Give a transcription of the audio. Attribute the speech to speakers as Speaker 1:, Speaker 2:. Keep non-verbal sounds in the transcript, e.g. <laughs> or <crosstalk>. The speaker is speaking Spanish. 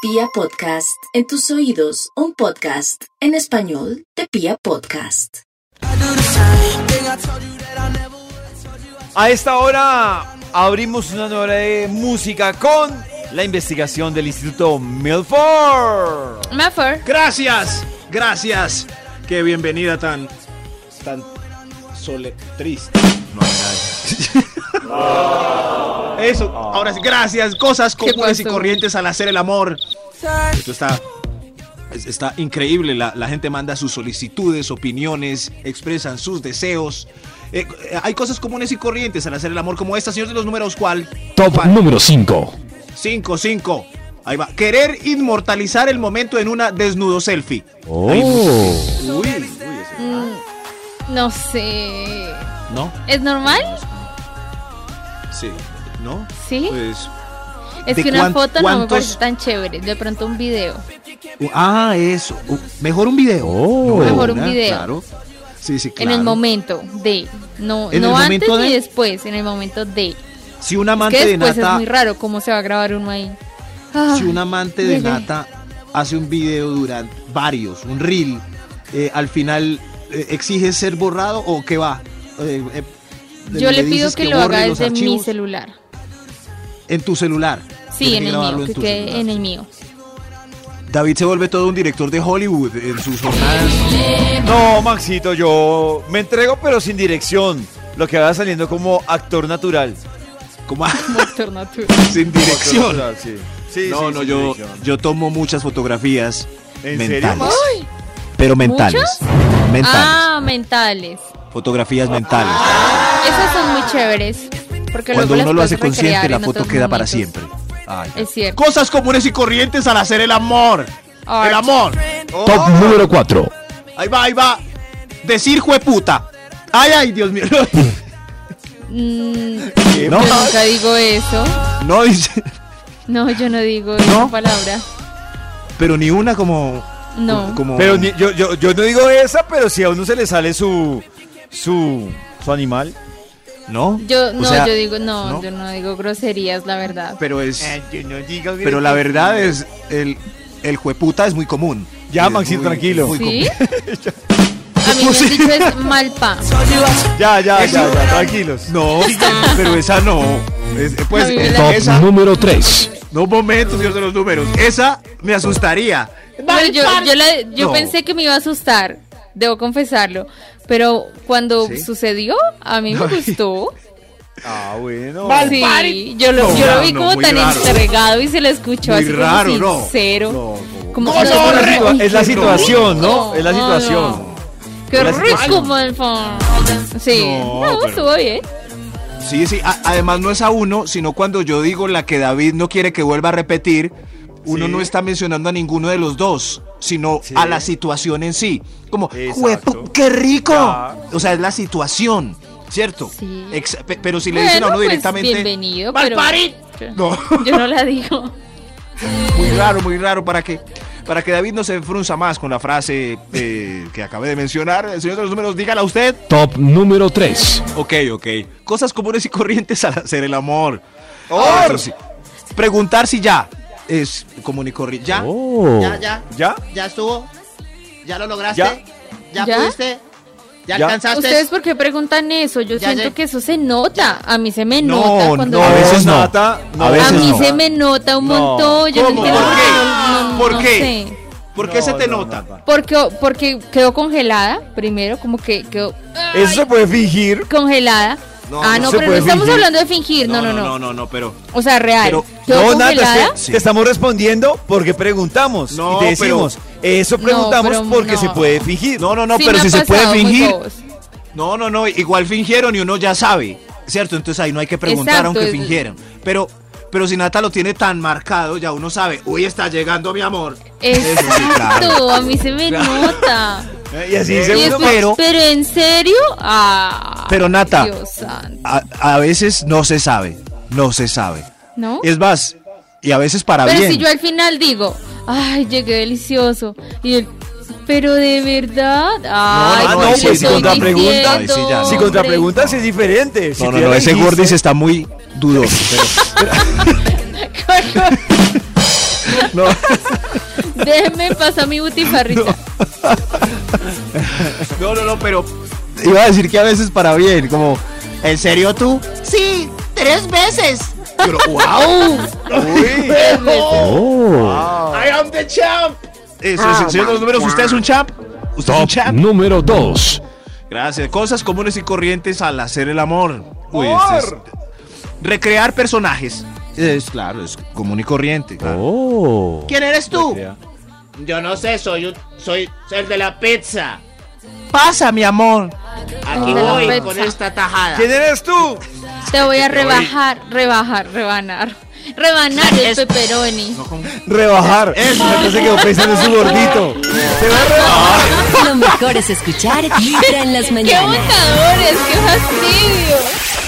Speaker 1: Pia Podcast, en tus oídos, un podcast en español de Pia Podcast.
Speaker 2: A esta hora abrimos una nueva hora de música con la investigación del Instituto Milford.
Speaker 3: Mejor.
Speaker 4: Gracias, gracias. Qué bienvenida tan, tan sole triste. <laughs> Eso, ahora sí, gracias. Cosas
Speaker 3: ¿Qué
Speaker 4: comunes y
Speaker 3: pasó?
Speaker 4: corrientes al hacer el amor. Esto está, es- está increíble. La, la gente manda sus solicitudes, opiniones, expresan sus deseos. Eh, eh, hay cosas comunes y corrientes al hacer el amor, como esta, señor de los números, ¿cuál?
Speaker 5: Top número 5.
Speaker 4: 5, 5. Ahí va. Querer inmortalizar el momento en una desnudo selfie. Ahí- Uy, uy, ese-
Speaker 3: Mm. No sé.
Speaker 4: ¿No?
Speaker 3: ¿Es normal?
Speaker 4: Sí. ¿No?
Speaker 3: Sí.
Speaker 4: Pues.
Speaker 3: Es
Speaker 4: ¿De
Speaker 3: que una
Speaker 4: cuán-
Speaker 3: foto no me
Speaker 4: cuántos-
Speaker 3: parece tan chévere. De pronto un video.
Speaker 4: uh, ah, eso. Uh, mejor un video.
Speaker 5: Oh.
Speaker 4: de
Speaker 3: Mejor un
Speaker 4: una,
Speaker 3: video.
Speaker 4: Claro. Sí, sí,
Speaker 3: En el
Speaker 4: claro.
Speaker 3: momento de. No,
Speaker 4: En
Speaker 3: no
Speaker 4: el
Speaker 3: antes
Speaker 4: momento
Speaker 3: ni
Speaker 4: de-
Speaker 3: después. En el momento de.
Speaker 4: Si un
Speaker 3: Es que
Speaker 4: amante de
Speaker 3: después es
Speaker 4: nata.
Speaker 3: muy raro cómo se va a grabar uno ahí. Ah,
Speaker 4: Si un amante de
Speaker 3: bebé.
Speaker 4: nata hace un video durante varios, un reel, eh, al final eh, exige ser borrado o qué va. Eh, eh,
Speaker 3: Yo le pido
Speaker 4: dices
Speaker 3: que, lo
Speaker 4: borre
Speaker 3: haga
Speaker 4: los
Speaker 3: desde mi
Speaker 4: archivos
Speaker 3: celular.
Speaker 4: En tu celular.
Speaker 3: Sí,
Speaker 4: Tienes
Speaker 3: en
Speaker 4: que
Speaker 3: el
Speaker 4: grabarlo
Speaker 3: mío. Que
Speaker 4: tu
Speaker 3: quede
Speaker 4: celular.
Speaker 3: en el
Speaker 4: <laughs>
Speaker 3: mío.
Speaker 4: David se vuelve todo un director de Hollywood en sus jornadas.
Speaker 2: No, Maxito, yo me entrego pero sin dirección. Lo que va saliendo como actor natural.
Speaker 4: Como
Speaker 3: Doctor Natura.
Speaker 4: <laughs> sin
Speaker 2: Actor
Speaker 4: dirección.
Speaker 2: natural, sí. Sí,
Speaker 4: no,
Speaker 2: sí,
Speaker 4: no,
Speaker 2: sin
Speaker 4: yo,
Speaker 2: dirección.
Speaker 4: yo tomo muchas fotografías
Speaker 2: ¿En serio,
Speaker 4: mentales.
Speaker 2: Max?
Speaker 3: Ay.
Speaker 4: Pero mentales. Mentales.
Speaker 3: Ah, mentales.
Speaker 4: Fotografías mentales.
Speaker 3: Esas son muy chéveres. Porque
Speaker 4: Cuando
Speaker 3: luego
Speaker 4: uno
Speaker 3: las
Speaker 4: lo hace
Speaker 3: puedes
Speaker 4: consciente,
Speaker 3: recrear
Speaker 4: la
Speaker 3: en
Speaker 4: foto
Speaker 3: otros
Speaker 4: queda para
Speaker 3: momentos.
Speaker 4: siempre. Ay,
Speaker 3: Es cierto.
Speaker 4: Cosas comunes y corrientes al hacer el amor.
Speaker 3: Art.
Speaker 4: El amor.
Speaker 5: Top número 4.
Speaker 4: Ahí va, ahí va. Decir jueputa. Ay, ay, Dios mío. <laughs>
Speaker 3: Mm, Yo
Speaker 4: No,
Speaker 3: nunca digo eso.
Speaker 4: no dice.
Speaker 3: No, yo no digo esa palabra.
Speaker 4: Pero ni una como.
Speaker 3: No.
Speaker 4: Como,
Speaker 2: Pero ni- yo, yo, yo no digo esa, pero si a uno se le sale su su, su animal.
Speaker 4: No.
Speaker 3: Yo
Speaker 4: O
Speaker 3: no,
Speaker 4: sea,
Speaker 3: yo digo no,
Speaker 4: ¿no?
Speaker 3: yo no digo groserías, la verdad.
Speaker 4: Pero es.
Speaker 3: Eh,
Speaker 4: Pero la verdad es. El, el jueputa es muy común.
Speaker 2: Ya,
Speaker 4: Es
Speaker 2: Maxito,
Speaker 4: muy-
Speaker 2: tranquilo.
Speaker 4: muy
Speaker 3: ¿Sí?
Speaker 4: común.
Speaker 3: A mí me han dicho es malpa.
Speaker 2: Ya, ya, ya, ya, tranquilos.
Speaker 4: No,
Speaker 3: <laughs>
Speaker 4: pero esa no. Es- pues
Speaker 3: A mí me la-
Speaker 4: esa.
Speaker 5: Top número 3.
Speaker 4: No, un momento, señor de los números. Esa me asustaría.
Speaker 3: Pero yo yo, la- yo
Speaker 4: No.
Speaker 3: pensé que me iba a asustar, debo confesarlo. Pero cuando
Speaker 4: ¿Sí?
Speaker 3: sucedió, a mí me
Speaker 4: <laughs>
Speaker 3: gustó.
Speaker 2: Ah, bueno.
Speaker 3: Sí, yo lo,
Speaker 4: No,
Speaker 3: yo lo
Speaker 4: no,
Speaker 3: vi
Speaker 4: no,
Speaker 3: como
Speaker 4: muy
Speaker 3: tan
Speaker 4: raro.
Speaker 3: entregado y se lo escuchó
Speaker 4: Muy
Speaker 3: así como
Speaker 4: raro, no.
Speaker 3: sincero. Como
Speaker 2: Es la situa- es la
Speaker 4: qué
Speaker 2: situación, ¿no? Es la
Speaker 3: No,
Speaker 2: situación.
Speaker 3: no. Qué
Speaker 4: No es
Speaker 3: rico,
Speaker 4: malo.
Speaker 3: malpa. Sí,
Speaker 4: No,
Speaker 3: no,
Speaker 4: pero-
Speaker 3: estuvo bien.
Speaker 4: Sí, sí. a- además, no es a uno, sino cuando yo digo la que David no quiere que vuelva a repetir, uno
Speaker 2: Sí.
Speaker 4: no está mencionando a ninguno de los dos, sino
Speaker 2: Sí.
Speaker 4: a la situación en sí. Como,
Speaker 2: Exacto.
Speaker 4: "Juepu- ¡qué rico!
Speaker 2: Ya.
Speaker 4: O sea, es la situación, ¿cierto?
Speaker 3: Sí.
Speaker 4: Ex- pe- pero si le dicen a
Speaker 3: Bueno,
Speaker 4: uno
Speaker 3: pues,
Speaker 4: directamente.
Speaker 3: bienvenido,
Speaker 4: "Mal
Speaker 3: pero-
Speaker 4: parid". No.
Speaker 3: <laughs> Yo no la digo.
Speaker 4: Muy raro, muy raro. ¿Para que Para que David no se frunza más con la frase eh, que acabé de mencionar. El señor de los números, dígala usted.
Speaker 5: Top número 3.
Speaker 4: Ok, ok. Cosas comunes y corrientes al hacer el amor.
Speaker 2: ¡Or!
Speaker 4: Eso Oh, Ah, sí. Preguntar si ya es común y corriente. Ya.
Speaker 5: Oh.
Speaker 6: Ya, ya,
Speaker 2: ¿Ya?
Speaker 6: ya estuvo. Ya lo lograste.
Speaker 2: Ya.
Speaker 6: Ya,
Speaker 3: ¿Ya?
Speaker 6: pudiste. Ya,
Speaker 2: Ya.
Speaker 6: alcanzaste.
Speaker 3: ¿Ustedes por qué preguntan eso? Yo
Speaker 6: Ya
Speaker 3: siento
Speaker 6: sé.
Speaker 3: que eso se nota. A mí se me
Speaker 4: No,
Speaker 3: nota cuando. yo-
Speaker 4: no, a veces no.
Speaker 2: Nata, no.
Speaker 4: A
Speaker 3: A
Speaker 4: veces
Speaker 3: mí
Speaker 4: no.
Speaker 3: se me nota un
Speaker 2: No.
Speaker 3: montón. Yo
Speaker 4: ¿Cómo?
Speaker 3: no entiendo
Speaker 4: ¿Por qué?
Speaker 3: no- no-
Speaker 4: ¿Por
Speaker 3: no
Speaker 4: qué?
Speaker 3: sé.
Speaker 4: ¿Por qué
Speaker 2: No,
Speaker 4: se te
Speaker 2: no,
Speaker 4: nota?
Speaker 2: no, no.
Speaker 3: Porque, porque quedó congelada, primero, como que quedó
Speaker 2: Eso se puede fingir.
Speaker 3: congelada.
Speaker 4: No,
Speaker 3: ah,
Speaker 4: no
Speaker 3: no,
Speaker 2: se
Speaker 3: pero no
Speaker 2: puede
Speaker 3: estamos
Speaker 2: fingir.
Speaker 3: hablando de fingir. No no no,
Speaker 4: no, no, pero.
Speaker 3: O sea, real.
Speaker 4: Pero-
Speaker 3: quedó
Speaker 2: No, Nata,
Speaker 3: congelada.
Speaker 2: es que te estamos respondiendo porque preguntamos.
Speaker 4: No,
Speaker 2: y te decimos, eso
Speaker 3: No,
Speaker 2: preguntamos
Speaker 3: pero
Speaker 2: porque
Speaker 3: no.
Speaker 2: se puede fingir.
Speaker 4: No, no, no,
Speaker 3: Sí
Speaker 4: pero
Speaker 3: me
Speaker 4: si
Speaker 3: ha
Speaker 4: se puede
Speaker 3: pasado, muy
Speaker 4: fingir.
Speaker 3: bobos.
Speaker 4: No, no, no. Igual fingieron y uno ya sabe. ¿Cierto? Entonces ahí no hay que preguntar
Speaker 3: Exacto,
Speaker 4: aunque
Speaker 3: es-
Speaker 4: fingieron. Pero. Pero si Nata lo tiene tan marcado, ya uno sabe, uy, está llegando mi amor. Eso sí, claro.
Speaker 3: Exacto, a mí se me nota.
Speaker 2: Y así
Speaker 4: Eh,
Speaker 2: se
Speaker 3: Y
Speaker 4: Segundo,
Speaker 3: después,
Speaker 4: <laughs> pero-
Speaker 3: pero en serio, ah,
Speaker 4: Pero, Nata.
Speaker 3: Dios santo.
Speaker 4: A, a veces no se sabe, no se sabe.
Speaker 3: ¿No?
Speaker 4: Es más, y a veces para
Speaker 3: pero
Speaker 4: bien.
Speaker 3: si yo al final digo, ay, llegué delicioso. Y él, pero de verdad, ay,
Speaker 2: Ah,
Speaker 4: no,
Speaker 3: ¿qué
Speaker 4: no,
Speaker 3: le
Speaker 4: sí,
Speaker 2: pues,
Speaker 3: estoy
Speaker 4: si contrapregunta-
Speaker 3: diciendo,
Speaker 4: Ahí sí ya,
Speaker 2: Si
Speaker 4: no,
Speaker 3: <laughs>
Speaker 2: contrapreguntas es diferente. Si
Speaker 4: No,
Speaker 2: te
Speaker 4: no, no,
Speaker 2: la
Speaker 4: ese
Speaker 2: dijiste-
Speaker 4: Gordis está muy dudoso. pero-
Speaker 3: hombre?
Speaker 7: No,
Speaker 3: Déjenme pasar mi butifarrita.
Speaker 4: No, no, no, pero
Speaker 2: Iba a decir que a veces para bien, como, ¿en serio tú?
Speaker 6: Sí, tres veces.
Speaker 4: Pero, ¡wow! Uy,
Speaker 5: Oh.
Speaker 6: I am the champ.
Speaker 4: eso, es- señor de los números, ¿usted es un chap? ¿Usted es un
Speaker 5: Top
Speaker 4: chap?
Speaker 5: número 2.
Speaker 4: Gracias. Cosas comunes y corrientes al hacer el amor. Uy, este es- Recrear personajes. Es claro, es común y corriente. claro.
Speaker 5: Oh.
Speaker 6: ¿Quién eres tú?
Speaker 4: Recrea-
Speaker 6: Yo no sé, soy un, soy, soy el de la pizza.
Speaker 2: Pasa, mi amor.
Speaker 6: Aquí
Speaker 3: El Ah. de la
Speaker 6: voy
Speaker 3: pizza.
Speaker 6: con esta tajada.
Speaker 7: ¿Quién eres tú?
Speaker 3: Te voy a rebajar, rebajar, rebanar. Rebanar el pepperoni.
Speaker 2: Rebajar. Eso, se quedó pensando en su gordito. Se va a rebajar.
Speaker 1: Lo mejor es escuchar Vibra en las
Speaker 3: ¡Qué
Speaker 1: mañanas.
Speaker 3: botadores! ¡Qué fastidio!